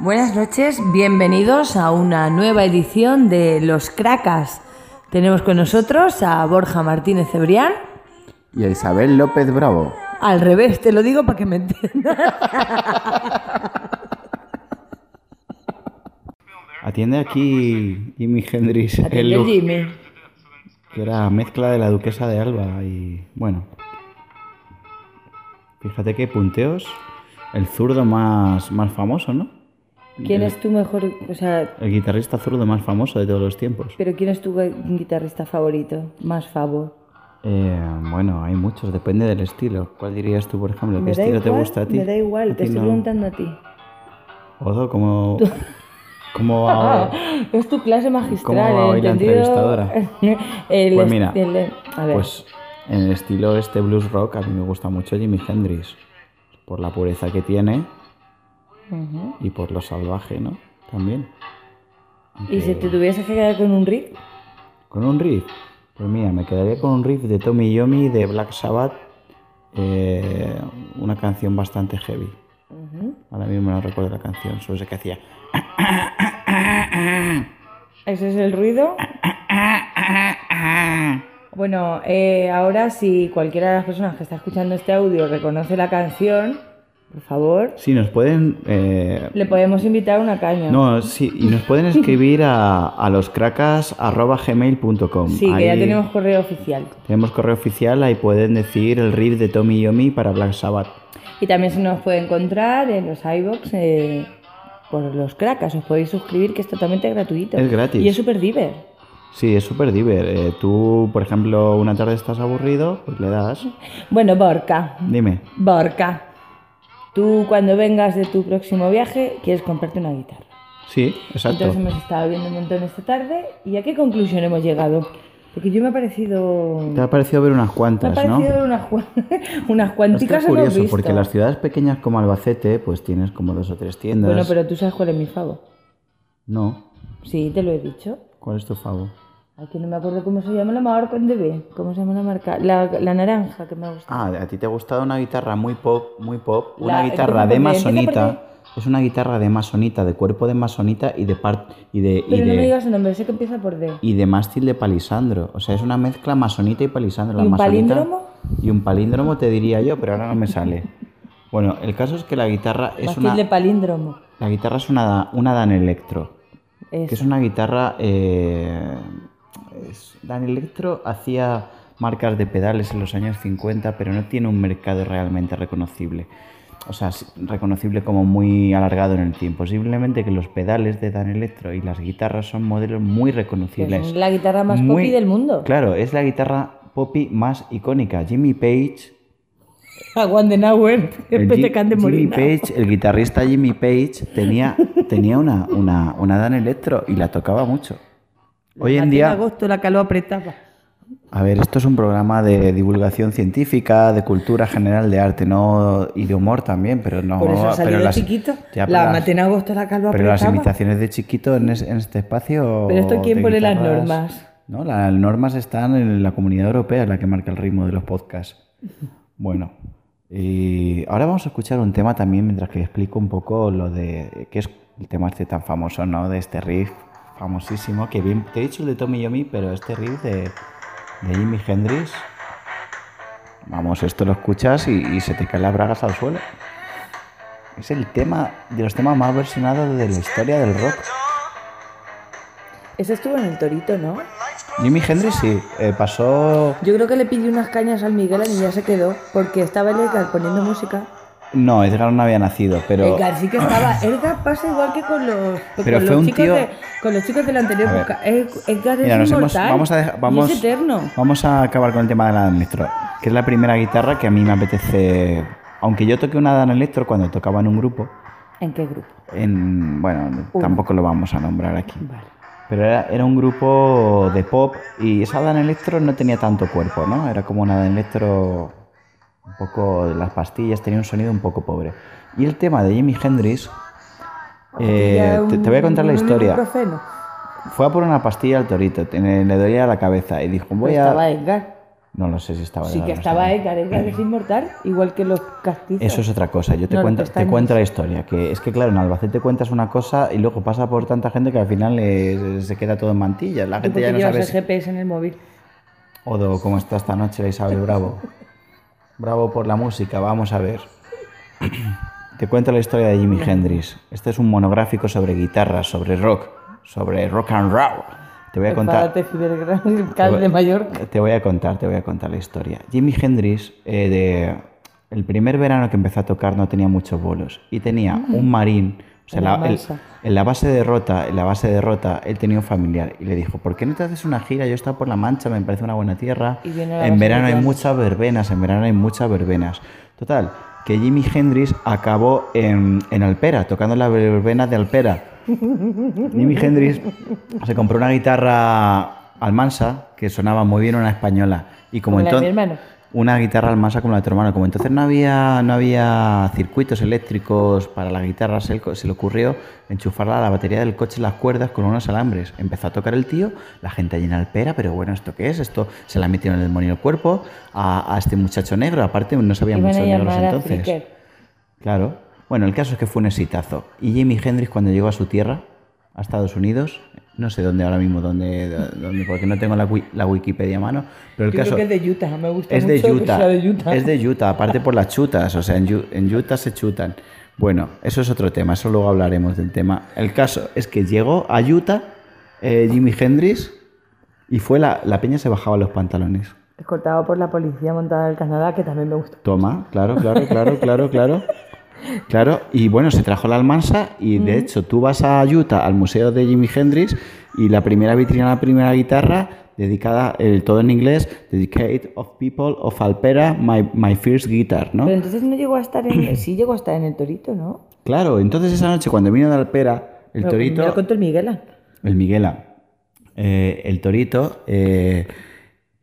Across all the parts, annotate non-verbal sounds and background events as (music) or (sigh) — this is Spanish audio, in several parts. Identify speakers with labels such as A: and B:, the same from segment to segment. A: Buenas noches, bienvenidos a una nueva edición de Los Cracas. Tenemos con nosotros a Borja Martínez Cebrián.
B: Y a Isabel López Bravo.
A: Al revés, te lo digo para que me
B: (laughs)
A: entiendas.
B: Atiende aquí Jimi Hendrix.
A: Atiende,
B: look,
A: Jimmy.
B: Que era mezcla de la duquesa de Alba y bueno. Fíjate qué punteos. El zurdo más, más famoso, ¿no?
A: ¿Quién
B: El-
A: es tu mejor, o sea,
B: El guitarrista zurdo más famoso de todos los tiempos.
A: pero quién es tu gui- guitarrista favorito? Más favor.
B: Eh, bueno, hay muchos, depende del estilo. ¿Cuál dirías tú, por ejemplo? ¿Qué
A: Me da
B: estilo
A: igual,
B: te gusta a ti?
A: me da igual, te
B: A ti
A: estoy
B: no.
A: preguntando a ti.
B: Odo,
A: (laughs)
B: ¿cómo, cómo
A: Ah, (laughs)
B: va?
A: es tu clase magistral,
B: ¿Cómo va
A: ¿eh?
B: hoy la
A: ¿entendido?
B: entrevistadora?
A: (laughs) El
B: Pues
A: est-
B: mira,
A: el- a ver,
B: Pues en el estilo este blues rock a mí me gusta mucho Jimi Hendrix. Por la pureza que tiene
A: ujú.
B: y por lo salvaje, ¿no? También.
A: ¿Y
B: eh,
A: si te tuvieses que quedar con un riff?
B: Con un riff. Pues mira, me quedaría con un riff de Tommy Yomi de Black Sabbath. eh, una canción bastante heavy.
A: Ujú.
B: Ahora mismo no recuerdo la canción, solo sé que hacía.
A: Ese es el ruido. Bueno, eh, ahora si cualquiera de las personas que está escuchando este audio reconoce la canción, por favor,
B: Sí, nos pueden. eh,
A: le podemos invitar una caña.
B: no, sí, y nos pueden escribir a, a loscracas.gmail.com.
A: sí, que ya
B: Ahí-
A: tenemos correo oficial.
B: Tenemos correo oficial, ahí pueden decir el riff de Tommy Yomi para Black Sabbath.
A: Y también se nos puede encontrar en los iBox eh, por los cracas. Os podéis suscribir, que es totalmente gratuito.
B: Es gratis.
A: Y es súper diver.
B: Sí, es súper diver. eh, tú, por ejemplo, una tarde estás aburrido, pues le das.
A: Bueno, Borca,
B: Dime.
A: Borca, tú cuando vengas de tu próximo viaje quieres comprarte una guitarra.
B: Sí, exacto.
A: Entonces hemos estado viendo un montón esta tarde y a qué conclusión hemos llegado. Porque yo me ha parecido...
B: Te ha parecido ver unas
A: Me ha
B: cuantas, ¿no?
A: parecido unas, cua- (laughs) unas
B: Es que
A: cuanticas
B: es
A: hemos
B: curioso,
A: visto.
B: porque las ciudades pequeñas como Albacete, pues tienes como dos o tres tiendas.
A: Bueno, pero tú sabes cuál es mi favo.
B: No.
A: Sí, te lo he dicho.
B: ¿Cuál es tu favor?
A: Aquí no me acuerdo cómo se llama la marca con DB. ¿Cómo se llama la marca? La, la naranja que me gusta.
B: Ah, a ti te ha gustado una guitarra muy pop, muy pop, una
A: La- empieza
B: guitarra
A: por
B: de
A: D, empieza por
B: masonita. Es una guitarra de masonita, de cuerpo de masonita y de part y de y
A: Pero no
B: de-
A: me digas el nombre, sé que empieza por D.
B: y de mástil de palisandro. O sea, es una mezcla masonita y palisandro. La
A: ¿Y un
B: masonita-
A: palíndromo?
B: Y un palíndromo te diría yo, pero ahora no me sale. Bueno, el caso es que la guitarra es
A: Bastil
B: una.
A: de palíndromo.
B: La guitarra es una, una Dan Electro.
A: Es-
B: Que es una guitarra. eh, es- Dan Electro hacía marcas de pedales en los años 50, pero no tiene un mercado realmente reconocible. O sea, sí, reconocible como muy alargado en el tiempo. Simplemente que los pedales de Dan Electro y las guitarras son modelos muy reconocibles.
A: es la guitarra más
B: Muy-
A: poppy del mundo. (laughs)
B: Claro, es la guitarra poppy más icónica. Jimmy Page.
A: A Wandenauer,
B: el
A: después
B: Gi-
A: de Can de
B: Jimmy
A: Molina.
B: Page, el guitarrista Jimmy Page tenía, tenía una, una, una Dan Electro y la tocaba mucho. Hoy en
A: Aquí
B: día,
A: agosto la que lo apretaba.
B: a ver, esto es un programa de divulgación científica, de cultura general, de arte, no y de humor también, pero no.
A: Por eso ha
B: pero
A: salido
B: las-
A: chiquito.
B: ya, pero
A: la
B: las-
A: maté en agosto la calva
B: pero las
A: apretaba.
B: imitaciones de chiquito en, es- en este espacio.
A: Pero esto, ¿quién
B: de
A: pone las
B: guitarras-
A: normas?
B: No, las normas están en la comunidad europea, la que marca el ritmo de
A: (laughs)
B: los podcasts. Bueno, y ahora vamos a escuchar un tema también mientras que explico un poco lo de qué es el tema este tan famoso, ¿no? De este riff famosísimo, que bien te he dicho el de Tommy Yomi, pero este riff de, de Jimi Hendrix. Vamos, esto lo escuchas y, y se te caen las bragas al suelo. Es el tema de los temas más versionados de la historia del rock.
A: Ese estuvo en el torito, ¿no?
B: Jimi Hendrix sí, eh, pasó
A: Yo creo que le pidió unas cañas al Miguel y ya se quedó, porque estaba él poniendo música.
B: No, Edgar no había nacido, pero.
A: Edgar sí que estaba. Edgar pasa igual que con los, que
B: Pero
A: con
B: fue
A: los
B: un
A: chicos
B: tío-
A: de, con los chicos del anterior
B: A ver.
A: podcast. Ed- Edgar
B: Mira,
A: es
B: nos hemos,
A: inmortal
B: vamos, a, dejar- vamos,
A: y es eterno.
B: vamos a acabar con el tema de la Dan Electro, que es la primera guitarra que a mí me apetece. Aunque yo toqué una Dan Electro cuando tocaba en un grupo,
A: ¿En qué grupo?
B: en, bueno,
A: Uy.
B: tampoco lo vamos a nombrar aquí.
A: Uh. Vale.
B: Pero era, era un grupo de pop y esa Dan Electro no tenía tanto cuerpo, ¿no? Era como una Dan Electro un poco de las pastillas, tenía un sonido un poco pobre. Y el tema de Jimi Hendrix, eh,
A: Ya
B: te, te voy a contar la
A: un
B: historia.
A: ibuprofeno.
B: Fue a por una pastilla al torito, te- le dolía la cabeza y dijo, voy
A: Pero Estaba
B: a...
A: Edgar.
B: No lo sé si estaba...
A: Sí
B: de
A: que
B: la-
A: estaba Edgar. Edgar es inmortal, igual que los castizos.
B: Eso es otra cosa, yo te,
A: No,
B: cuento,
A: las
B: te
A: pestañas.
B: cuento la historia, que es que claro, en Albacete cuentas una cosa y luego pasa por tanta gente que al final eh, se queda todo en mantillas, la
A: Tú
B: gente
A: porque
B: ya no
A: llevas
B: sabe
A: el
B: si-
A: GPS en el móvil.
B: Odo, ¿cómo está esta noche la Isabel
A: (laughs)
B: Bravo? Bravo por la música, vamos a ver. (clears throat) Te cuento la historia de Jimi Hendrix. Este es un monográfico sobre guitarra, sobre rock, sobre rock and roll. Te voy a contar.
A: Enfádate, Fidel Gran, el
B: te
A: Cal
B: voy-
A: de Mallorca.
B: Te voy a contar, te voy a contar la historia. Jimi Hendrix, eh, de- el primer verano que empezó a tocar no tenía muchos bolos y tenía un marín. O sea,
A: En la
B: la- el-
A: Mm. balsa.
B: en la base de Rota, en la base de Rota, él tenía un familiar y le dijo, ¿por qué no te haces una gira? Yo he estado por La Mancha, me parece una buena tierra.
A: Y viene a la
B: En
A: base
B: verano
A: de
B: hay
A: Rota".
B: muchas verbenas, en verano hay muchas verbenas. Total, que Jimi Hendrix acabó en, en Alpera, tocando en la verbena de Alpera. Jimi Hendrix se compró una guitarra almansa que sonaba muy bien una española y como,
A: Como la de mi
B: entonces
A: hermano.
B: una guitarra almansa como la de tu hermano como entonces no había no había circuitos eléctricos para las guitarras él co- se le ocurrió enchufarla a la batería del coche las cuerdas con unos alambres empezó a tocar el tío la gente allí en Alpera pero bueno esto qué es esto se la metieron en el demonio el cuerpo a, a este muchacho negro aparte no sabía
A: Iban
B: mucho
A: a
B: de negros
A: llamar a
B: entonces
A: Fricker.
B: Claro. Bueno, el caso es que fue un exitazo. Y Jimi Hendrix cuando llegó a su tierra, a Estados Unidos, no sé dónde ahora mismo, dónde, dónde porque no tengo la, wi- la Wikipedia a mano, pero el
A: Yo
B: caso
A: creo que es de Utah, me gusta
B: es
A: mucho
B: de
A: que
B: Utah.
A: sea de Utah.
B: Es de Utah, aparte por las chutas, o sea, en, Yu- en Utah se chutan. Bueno, eso es otro tema, eso luego hablaremos del tema. El caso es que llegó a Utah eh, Jimi Hendrix y fue la, la peña se bajaba los pantalones.
A: Escoltado por la policía montada del Canadá, que también me gusta.
B: Toma, claro, claro, claro, claro, claro. Claro, y bueno, se trajo la almansa y de hecho tú vas a Utah, al museo de Jimi Hendrix, y la primera vitrina, la primera guitarra, dedicada, el todo en inglés, Dedicate of People of Alpera, My, my First Guitar, ¿no?
A: Pero entonces no llegó a estar
B: (clears throat)
A: en. sí llegó a estar en el Torito, ¿no?
B: Claro, entonces esa noche cuando vino de Alpera, el
A: Me-
B: torito...
A: Me lo contó el Miguel.
B: El Miguela. Eh, el torito eh,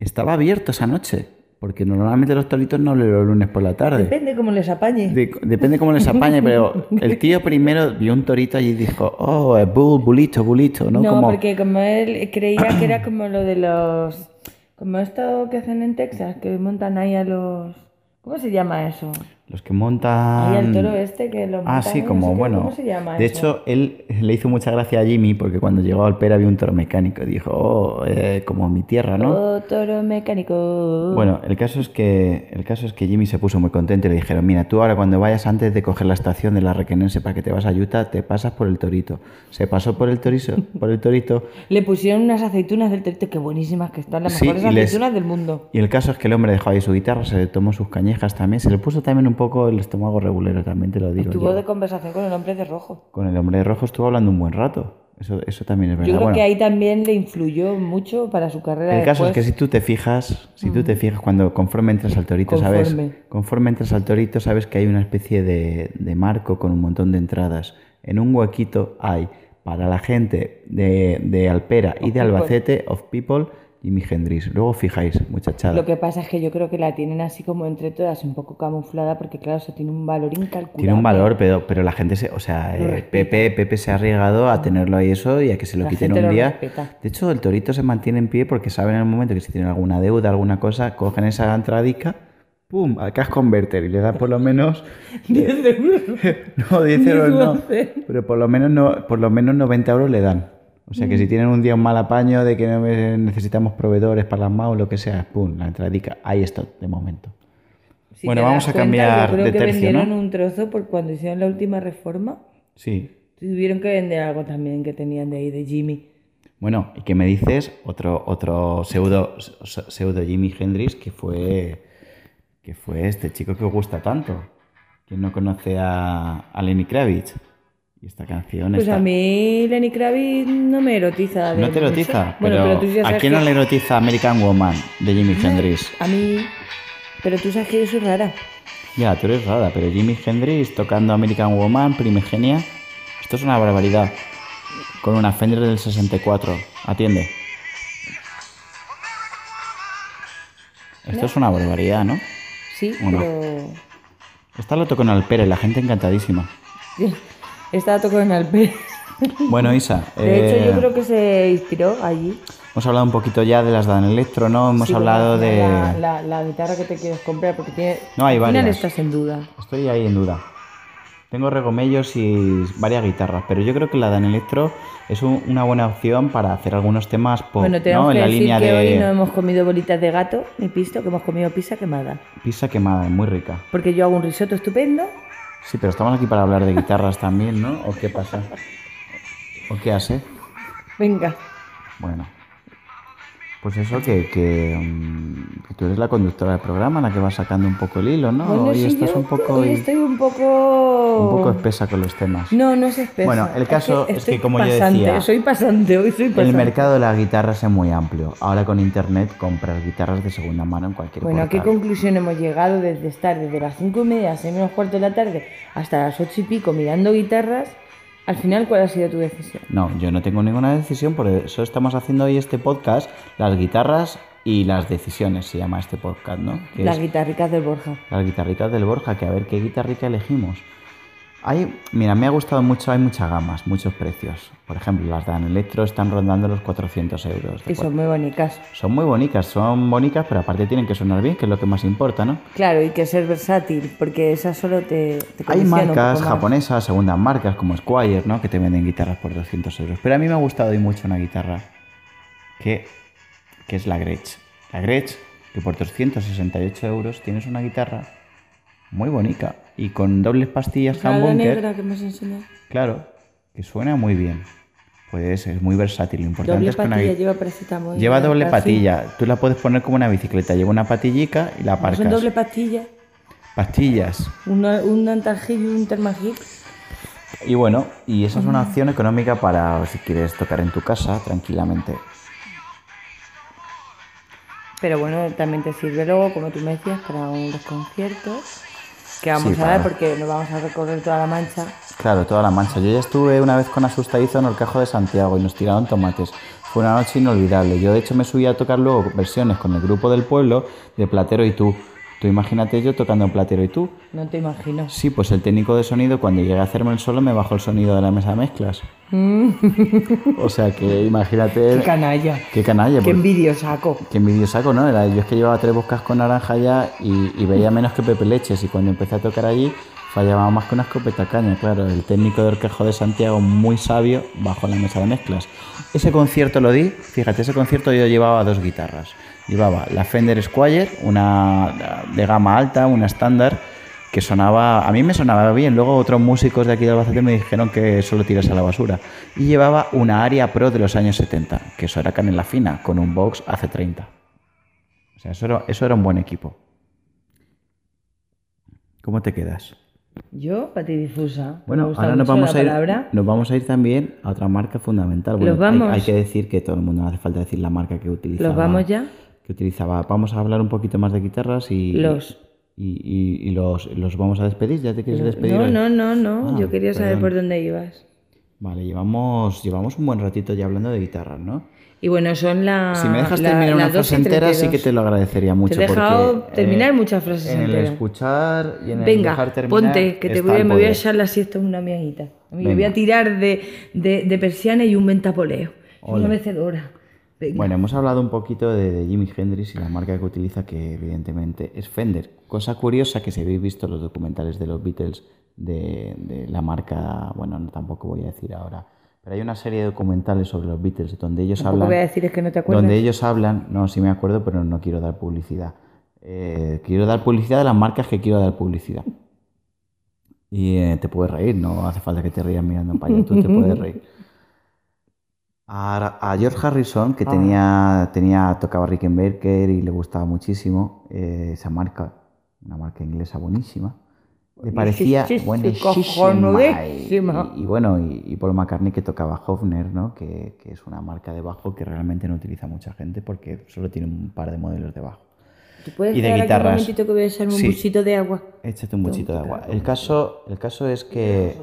B: estaba abierto esa noche, porque normalmente los toritos no leen los lunes por la tarde.
A: Depende cómo les apañe.
B: De- depende cómo les apañe, pero el tío primero vio un torito allí y dijo, oh, eh, bull, bulito, bulito, ¿no?
A: No,
B: como,
A: porque como él creía
B: (clears throat)
A: que era como lo de los. Como esto que hacen en Texas, que montan ahí a los. ¿Cómo se llama eso?
B: Los que montan...
A: Ahí al toro este que lo montan.
B: Ah, sí,
A: no
B: como
A: sé qué-
B: bueno.
A: ¿Cómo se llama
B: de
A: eso?
B: hecho, él le hizo mucha gracia a Jimmy porque cuando llegó al Pera había un toro mecánico. Dijo, oh, eh, como mi tierra, ¿no?
A: Oh, toro mecánico.
B: Bueno, el caso es que el caso es que Jimmy se puso muy contento y le dijeron, mira, tú ahora cuando vayas antes de coger la estación de la Requenense para que te vas a Utah, te pasas por el torito. Se pasó por el torito, por el torito,
A: Le pusieron unas aceitunas del torito que buenísimas que están, las
B: Sí,
A: mejores
B: y les-
A: aceitunas del mundo.
B: y el caso es que el hombre dejó ahí su guitarra, se le tomó sus cañejas también, se le puso también un poco el estómago regulero, también te lo digo.
A: Estuvo
B: yo.
A: de conversación con el hombre de rojo.
B: Con el hombre de rojo estuvo hablando un buen rato. Eso, eso también es
A: Yo
B: verdad.
A: creo
B: Bueno,
A: que ahí también le influyó mucho para su carrera.
B: El caso es que
A: después. Mm.
B: si tú te fijas, si tú te fijas cuando conforme entras al torito, sabes,
A: Conforme.
B: conforme entras al torito, sabes que hay una especie de, de marco con un montón de entradas. En un huequito hay para la gente de, de Alpera y
A: people.
B: de Albacete, of people y mi Hendrix. Luego fijáis, muchachada.
A: Lo que pasa es que yo creo que la tienen así como entre todas, un poco camuflada, porque claro, eso tiene un valor incalculable.
B: Tiene un valor, pero, pero la gente se. O sea,
A: Lo
B: eh,
A: respeta.
B: Pepe, Pepe se ha arriesgado a tenerlo ahí eso y a que se lo
A: La
B: quiten
A: gente
B: un
A: lo
B: día.
A: respeta. (laughs)
B: De hecho, el torito se mantiene en pie porque saben en el momento que si tienen alguna deuda, alguna cosa, cogen esa entradica, ¡pum! Al cash converter y le dan por lo menos. (laughs) no, 10 euros no. Pero por lo menos no, por lo menos 90 euros le dan. O sea que
A: Mm.
B: si tienen un día un mal apaño de que no eh, necesitamos proveedores para las MAU o lo que sea, ¡pum! La entradica, ahí está, de momento.
A: Si
B: Bueno,
A: te das
B: vamos a
A: cuenta,
B: cambiar
A: yo creo
B: de
A: que
B: tercio,
A: vendieron
B: ¿no?
A: un trozo por cuando hicieron la última reforma.
B: Sí.
A: Tuvieron que vender algo también que tenían de ahí, de Jimmy.
B: Bueno, ¿y qué me dices? Otro, otro pseudo, se- pseudo Jimi Hendrix que fue, que fue este chico que os gusta tanto. Quien no conoce a, a Lenny Kravitz. Y esta canción
A: Pues
B: está-
A: a mí Lenny Kravitz no me erotiza. de-
B: No te erotiza,
A: sé.
B: pero,
A: bueno, pero tú ya sabes
B: ¿a quién no
A: que-
B: le erotiza American Woman de Jimi Hendrix?
A: A mí... Pero tú sabes que yo soy rara.
B: Ya, tú eres rara, pero Jimi Hendrix tocando American Woman, primigenia. Esto es una barbaridad. Con una Fender del 64. Atiende. Esto es una barbaridad, ¿no?
A: Sí,
B: Bueno.
A: pero...
B: Esta lo tocó en Alpérez, la gente encantadísima.
A: Estaba tocando en Alpe.
B: Bueno, Isa,
A: (laughs) De hecho,
B: eh,
A: yo creo que se inspiró allí.
B: hemos hablado un poquito ya de las Dan Electro, ¿no? Hemos
A: Sí,
B: hablado
A: porque
B: de...
A: La, la- la guitarra que te quieres comprar porque tiene...
B: No, hay
A: Al final
B: varias.
A: estás en duda.
B: Estoy ahí en duda. Tengo regomellos y varias guitarras, pero yo creo que la Dan Electro es un- una buena opción para hacer algunos temas pop,
A: bueno, tenemos
B: ¿no? En
A: que
B: la
A: decir
B: línea
A: que
B: de
A: hoy no hemos comido bolitas de gato ni pisto, que hemos comido pizza quemada.
B: pizza quemada, es muy rica.
A: Porque yo hago un risotto estupendo.
B: Sí, pero estamos aquí para hablar de guitarras también, ¿no? ¿O qué pasa? ¿O qué hace?
A: Venga.
B: Bueno. Pues eso que, que, mm, que tú eres la conductora del programa, la que va sacando un poco el hilo, ¿no?
A: Bueno,
B: hoy
A: sí,
B: estás
A: yo
B: un poco,
A: hoy
B: hoy-
A: estoy un poco...
B: un poco espesa con los temas.
A: No, no es espesa.
B: Bueno, el
A: Es
B: caso es
A: estoy
B: que, como yo
A: pasante,
B: decía,
A: Soy pasante, hoy soy pasante.
B: El mercado de las guitarras es muy amplio. Ahora con internet compras guitarras de segunda mano en cualquier
A: Bueno, ¿a qué
B: portal.
A: conclusión hemos llegado desde estar desde las cinco y media, seis menos cuarto de la tarde, hasta las ocho y pico mirando guitarras? Al final, ¿cuál ha sido tu decisión?
B: No, yo no tengo ninguna decisión, por eso estamos haciendo hoy este podcast, las guitarras y las decisiones se llama este podcast, ¿no? Que
A: Las
B: es
A: guitarricas del Borja.
B: las guitarricas del Borja, que a ver qué guitarrica elegimos. Hay, mira, me ha gustado mucho, hay muchas gamas, muchos precios. Por ejemplo, las Dan Electro están rondando los 400 euros. de
A: Que son
B: cual-
A: muy bonitas.
B: son muy bonitas, son bonitas, pero aparte tienen que sonar bien, que es lo que más importa, ¿no?
A: Claro, y que ser versátil, porque esas solo te, te
B: Hay
A: condiciona un
B: marcas
A: poco más.
B: japonesas, segundas marcas como Squire, ¿no? Que te venden guitarras por 200 euros. Pero a mí me ha gustado y mucho una guitarra que, que es la Gretsch. La Gretsch, que por 368 euros tienes una guitarra muy bonita y con dobles pastillas
A: Ah, la
B: humbucker.
A: negra que me has enseñado.
B: Claro, que suena muy bien. Pues es muy versátil. Lo importante
A: Doble
B: es que una
A: patilla,
B: gui-
A: lleva paracetamol.
B: lleva
A: lleva
B: doble
A: así.
B: patilla. Tú la puedes poner como una bicicleta. Lleva una patillica y la
A: No
B: aparcas.
A: son doble patilla.
B: Pastillas.
A: Una, un antargil y un termagil.
B: Y bueno, y esa es una opción económica para si quieres tocar en tu casa tranquilamente.
A: Pero bueno, también te sirve luego, como tú me decías, para unos conciertos que vamos
B: Sí,
A: a dar
B: para-
A: porque nos vamos a recorrer toda la mancha.
B: Claro, toda la mancha. Yo ya estuve una vez con Asustadizo en Orcajo de Santiago y nos tiraron tomates. Fue una noche inolvidable. Yo de hecho me subí a tocar luego versiones con el grupo del pueblo de Platero y tú. Tú imagínate yo tocando Platero y tú.
A: No te imagino.
B: Sí, pues el técnico de sonido cuando llegué a hacerme el solo me bajó el sonido de la mesa de mezclas. O sea que
A: Mm. (laughs) ¡Qué
B: imagínate...
A: canalla!
B: Qué canalla.
A: ¡Qué
B: porque-
A: envidio saco!
B: Que envidio saco, ¿no? Era, yo es que llevaba tres bocas con naranja ya y, y veía menos que Pepe Leches. Y cuando empecé a tocar allí, fallaba más que una escopeta caña. Claro, el técnico de Orquejo de Santiago, muy sabio, bajo la mesa de mezclas. Ese concierto lo di, fíjate, ese concierto yo llevaba dos guitarras. Llevaba la Fender Squire, una de gama alta, una estándar, que sonaba, a mí me sonaba bien. Luego otros músicos de aquí de Albacete me dijeron que solo tiras a la basura. Y llevaba una Aria Pro de los años 70, que eso era canela fina, con un box hace 30. O sea, eso era, eso era un buen equipo. ¿Cómo te quedas?
A: Yo, patidifusa. Me
B: Bueno,
A: gusta
B: ahora nos
A: mucho la
B: vamos, a ir,
A: palabra.
B: nos vamos a ir también a otra marca fundamental. Bueno,
A: Los
B: hay-
A: vamos.
B: Hay, que decir que todo el mundo no hace falta decir la marca que utilizaba.
A: ¿Los vamos ya?
B: Que utilizaba. Vamos a hablar un poquito más de guitarras y.
A: Los.
B: Y, y- y los, los vamos a despedir. ¿Ya te quieres despedir?
A: No,
B: hoy?
A: no, no, no.
B: Ah,
A: Yo quería saber
B: perdón.
A: por dónde ibas.
B: Vale, llevamos, llevamos un buen ratito ya hablando de guitarras, ¿no?
A: Y bueno, son Ah, las.
B: Si me dejas terminar una frase entera, sí que te lo agradecería mucho.
A: Te he dejado
B: porque, eh,
A: terminar muchas frases
B: En el
A: enteras.
B: escuchar y en el
A: Venga,
B: dejar terminar.
A: ponte, que te
B: está
A: voy,
B: el
A: me voy a
B: poder.
A: echar la siesta en una miaguita. Me voy
B: Venga.
A: a tirar de, de, de persiana y un ventapoleo.
B: Ole.
A: Una mecedora. Venga.
B: Bueno, hemos hablado un poquito de, de Jimi Hendrix y la marca que utiliza, que evidentemente es Fender. Cosa curiosa que si habéis visto los documentales de los Beatles de, de la marca, bueno, no, tampoco voy a decir ahora, pero hay una serie de documentales sobre los Beatles donde ellos
A: Tampoco
B: hablan.
A: voy a decir es que no te acuerdas.
B: Donde ellos hablan, no, sí me acuerdo, pero no quiero dar publicidad. Eh, quiero dar publicidad de las marcas que quiero dar publicidad. Y eh, te puedes reír, no hace falta que te rías mirando para allá, tú te puedes reír. A, a George Harrison, que tenía, tenía, tocaba Rickenbacker y le gustaba muchísimo eh, esa marca, una marca inglesa buenísima, Le parecía
A: sí, sí,
B: bueno,
A: sí,
B: sí, sí,
A: cojonudísima.
B: Y, y bueno, y, y Paul McCartney que tocaba Hofner, ¿no? Que, que es una marca de bajo que realmente no utiliza mucha gente porque solo tiene un par de modelos de bajo.
A: ¿Tú puedes
B: y de
A: quedar aquí
B: guitarras.
A: un momentito que voy a echarme
B: Sí.
A: un buchito de agua?
B: Échate un bochito de agua. El caso, el caso es que,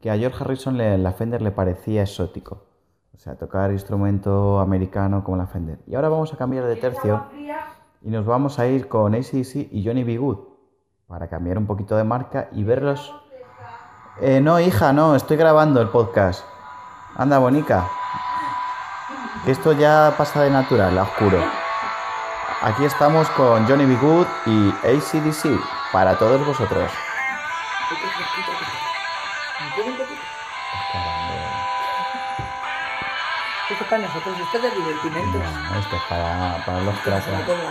B: que a George Harrison le- la Fender le parecía exótico. O sea, tocar instrumento americano como la Fender. Y ahora vamos a cambiar de tercio y nos vamos a ir con ACDC y Johnny B. Good para cambiar un poquito de marca y verlos. Eh, no, hija, no, estoy grabando el podcast. Anda, bonica. Que esto ya pasa de natural, a oscuro. Aquí estamos con Johnny B. Good y ACDC para todos vosotros.
A: Esto es para nosotros, esto es de divertimento.
B: No, esto es para, para los cracks. ¿no? Como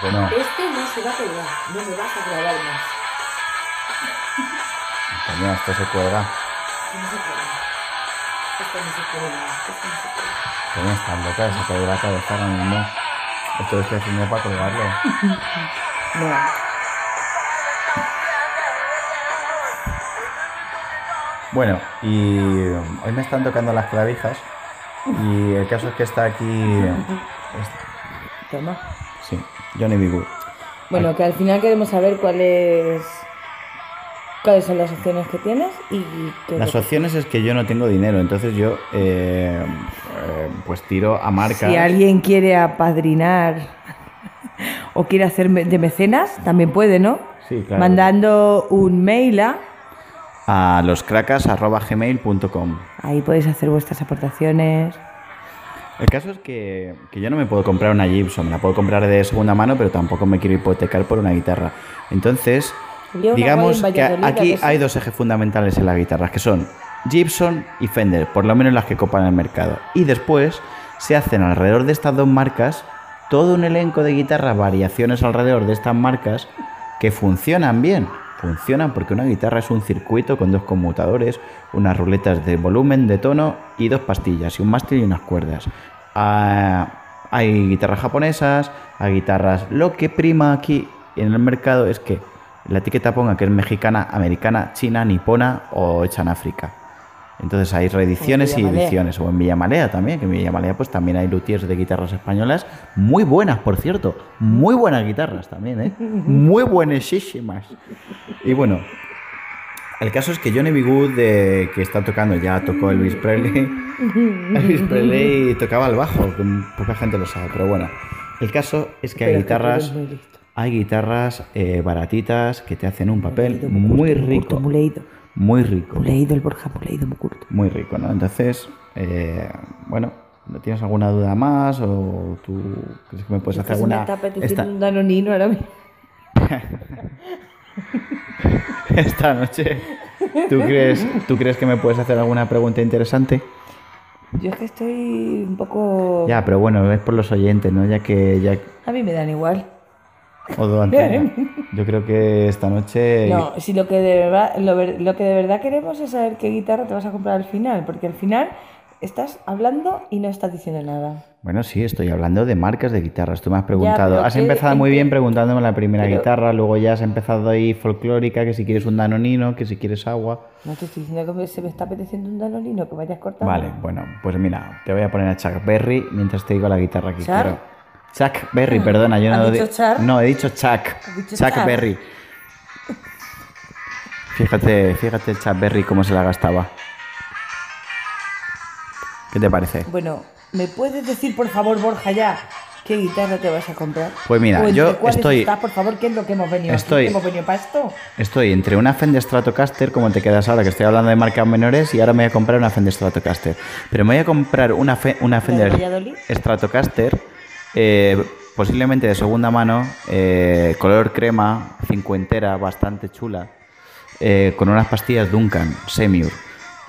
B: que no,
A: Este no se va a pegar, no me vas a grabar más.
B: coño, esto se cuelga.
A: Esto no se puede. Esto no se puede, esto no se puede.
B: Coño, estás loca, se te va la cabeza ahora mismo. Esto lo estoy haciendo para colgarlo.
A: No.
B: Bueno, y eh, hoy me están tocando las clavijas. Y el caso es que está aquí. es-
A: Toma.
B: sí, Johnny B. Good.
A: Bueno, que al final queremos saber cuáles cuáles son las opciones que tienes y que
B: Las opciones es que yo no tengo dinero, entonces yo eh, eh, pues tiro a marcas.
A: si alguien quiere apadrinar (laughs) o quiere hacer me- de mecenas, también puede, ¿no?
B: Sí, claro.
A: Mandando un mail a
B: a loscracas.gmail.com.
A: ahí podéis hacer vuestras aportaciones.
B: El caso es que, que yo no me puedo comprar una Gibson, me la puedo comprar de segunda mano, pero tampoco me quiero hipotecar por una guitarra. Entonces,
A: Había una
B: digamos
A: guay en
B: que
A: Valladolid, ¿a
B: aquí
A: que sí?
B: hay dos ejes fundamentales en las guitarras, que son Gibson y Fender, por lo menos las que copan el mercado. Y después se hacen alrededor de estas dos marcas todo un elenco de guitarras, variaciones alrededor de estas marcas que funcionan bien. Funcionan porque una guitarra es un circuito con dos conmutadores, unas ruletas de volumen, de tono y dos pastillas, y un mástil y unas cuerdas. Ah, hay guitarras japonesas, hay guitarras. Lo que prima aquí en el mercado es que la etiqueta ponga que es mexicana, americana, china, nipona o hecha en África. Entonces hay reediciones y
A: Villamalea.
B: ediciones, o en Villamalea también, que en Villamalea pues también hay luthiers de guitarras españolas, muy buenas por cierto, muy buenas guitarras también, ¿eh? muy buenísimas. Y bueno, el caso es que Johnny B. Good, eh, que está tocando, ya tocó
A: (laughs)
B: Elvis Presley. Elvis Presley tocaba el bajo, que poca gente lo sabe, pero bueno. El caso es que hay
A: Pero es que tú eres
B: guitarras,
A: muy listo.
B: hay guitarras eh, baratitas que te hacen un papel muy rico,
A: Muy leído.
B: muy rico,
A: Muy leído el Borja, muy leído, muy curto.
B: muy rico, ¿no? Entonces, eh, bueno, ¿no tienes alguna duda más o tú crees que me puedes hacer
A: Casi me está
B: alguna?
A: apeteciendo
B: esta-
A: un danonino ahora mismo.
B: esta (laughs) noche. ¿Tú crees, ¿Tú crees que me puedes hacer alguna pregunta interesante?
A: Yo es que estoy un poco...
B: Ya, pero bueno, es por los oyentes, ¿no? Ya que ya
A: A mí me dan igual.
B: Odo Antena. Yo creo que esta noche
A: No, si lo que, de verdad, lo, ver- lo que de verdad queremos es saber qué guitarra te vas a comprar al final, porque al final estás hablando y no estás diciendo nada.
B: Bueno, sí, estoy hablando de marcas de guitarras. Tú me has preguntado.
A: pero
B: has
A: ¿qué-
B: empezado
A: en
B: muy
A: qué-
B: bien preguntándome la primera
A: Pero-
B: guitarra, luego ya has empezado ahí folclórica, que si quieres un danonino, que si quieres agua.
A: No te estoy diciendo que me- se me está apeteciendo un danonino, que vayas cortando.
B: Vale, bueno, pues mira, te voy a poner a Chuck Berry mientras te digo la guitarra que
A: ¿Char?
B: quiero. Chuck Berry, perdona, yo
A: Ah, ¿Has
B: no lo
A: dicho
B: di-
A: Char?
B: No, he dicho Chuck.
A: ¿Has dicho
B: Chuck
A: Char?
B: Berry. Fíjate, fíjate el Chuck Berry cómo se la gastaba. ¿Qué te parece?
A: Bueno, ¿me puedes decir, por favor, Borja, ya qué guitarra te vas a comprar?
B: Pues
A: ¿O
B: mira,
A: entre
B: yo
A: cuáles
B: estoy-
A: estás, por favor, ¿qué es lo que hemos venido? aquí?
B: Estoy-
A: ¿Hemos venido para esto?
B: Estoy entre una Fender Stratocaster, como te quedas ahora, que estoy hablando de marcas menores, y ahora me voy a comprar una Fender Stratocaster. Pero me voy a comprar una, Fe- una Fender
A: Valladolid?
B: Stratocaster, eh, posiblemente de segunda mano, eh, color crema, cincuentera, bastante chula, eh, con unas pastillas Duncan, Semiur.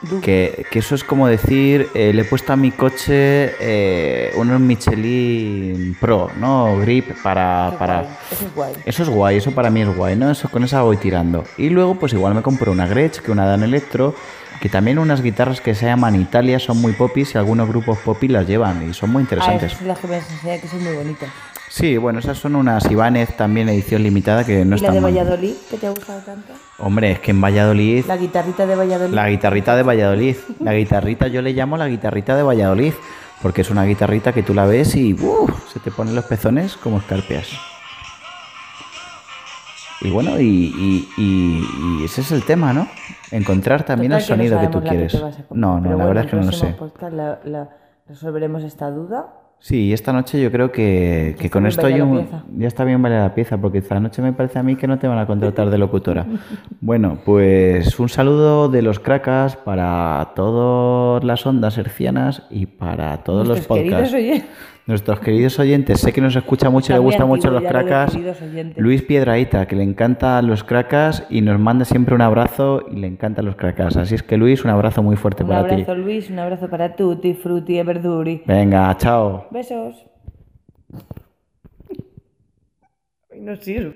A: Duncan.
B: Que, que eso es como decir, eh, le he puesto a mi coche eh, unos Michelin Pro, ¿no? Grip para...
A: Qué
B: Ah, para
A: guay, eso es guay.
B: eso es guay, eso para mí es guay, ¿no? Eso, con esa voy tirando. Y luego, pues igual me compro una Gretsch, que una Dan Electro, que también unas guitarras que se llaman Italia son muy popis y algunos grupos popis las llevan y son muy
A: Ah,
B: interesantes.
A: esas son las que me has enseñado que son muy bonitas.
B: Sí, bueno, esas son unas Ibanez también edición limitada que no
A: ¿Y la
B: están
A: de
B: mal.
A: Valladolid, que te ha gustado tanto?
B: Hombre, es que en Valladolid
A: La guitarrita de Valladolid.
B: La guitarrita de Valladolid. La guitarrita yo le llamo la guitarrita de Valladolid, porque es una guitarrita que tú la ves y ¡uh! se te ponen los pezones como escarpias. Y bueno, y, y- y- y ese es el tema, ¿no? Encontrar también
A: Total,
B: el sonido que, tú
A: sabemos la
B: quieres.
A: te vas a comprar.
B: no, no,
A: Pero
B: la
A: bueno,
B: verdad
A: en
B: es que no lo sé.
A: próximo podcast la- la- resolveremos esta duda.
B: Sí, esta noche yo creo que, que
A: está
B: con
A: bien
B: esto
A: valida
B: hay
A: la
B: un-
A: pieza.
B: ya está bien vale la pieza, porque esta noche me parece a mí que no te van a contratar de locutora. Bueno, pues un saludo de los cracas para todas las ondas hercianas y para todos los
A: Nuestros queridos
B: podcasts.
A: oyentes.
B: Nuestros queridos oyentes, sé que nos escucha mucho y le
A: Está muy
B: gusta mucho
A: antiguo
B: los
A: ya lo de
B: cracas.
A: queridos oyentes.
B: Luis Piedraíta, que le encantan los cracas y nos manda siempre un abrazo y le encantan los cracas. Así es que Luis, un abrazo muy fuerte
A: Un
B: para
A: abrazo,
B: ti.
A: Luis. Un abrazo para Tutti, Frutti e Verduri.
B: Venga, chao.
A: Besos. Ay, No sirve.